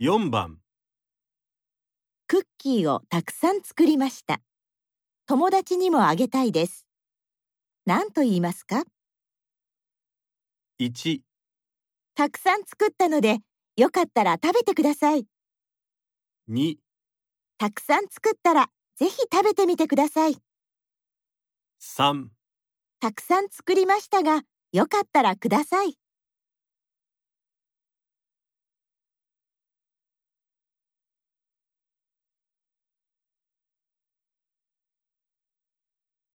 4番クッキーをたくさん作りました。友達にもあげたいです。何と言いますか1たくさん作ったので、よかったら食べてください。 2たくさん作ったら、ぜひ食べてみてください。 3たくさん作りましたが、よかったらください。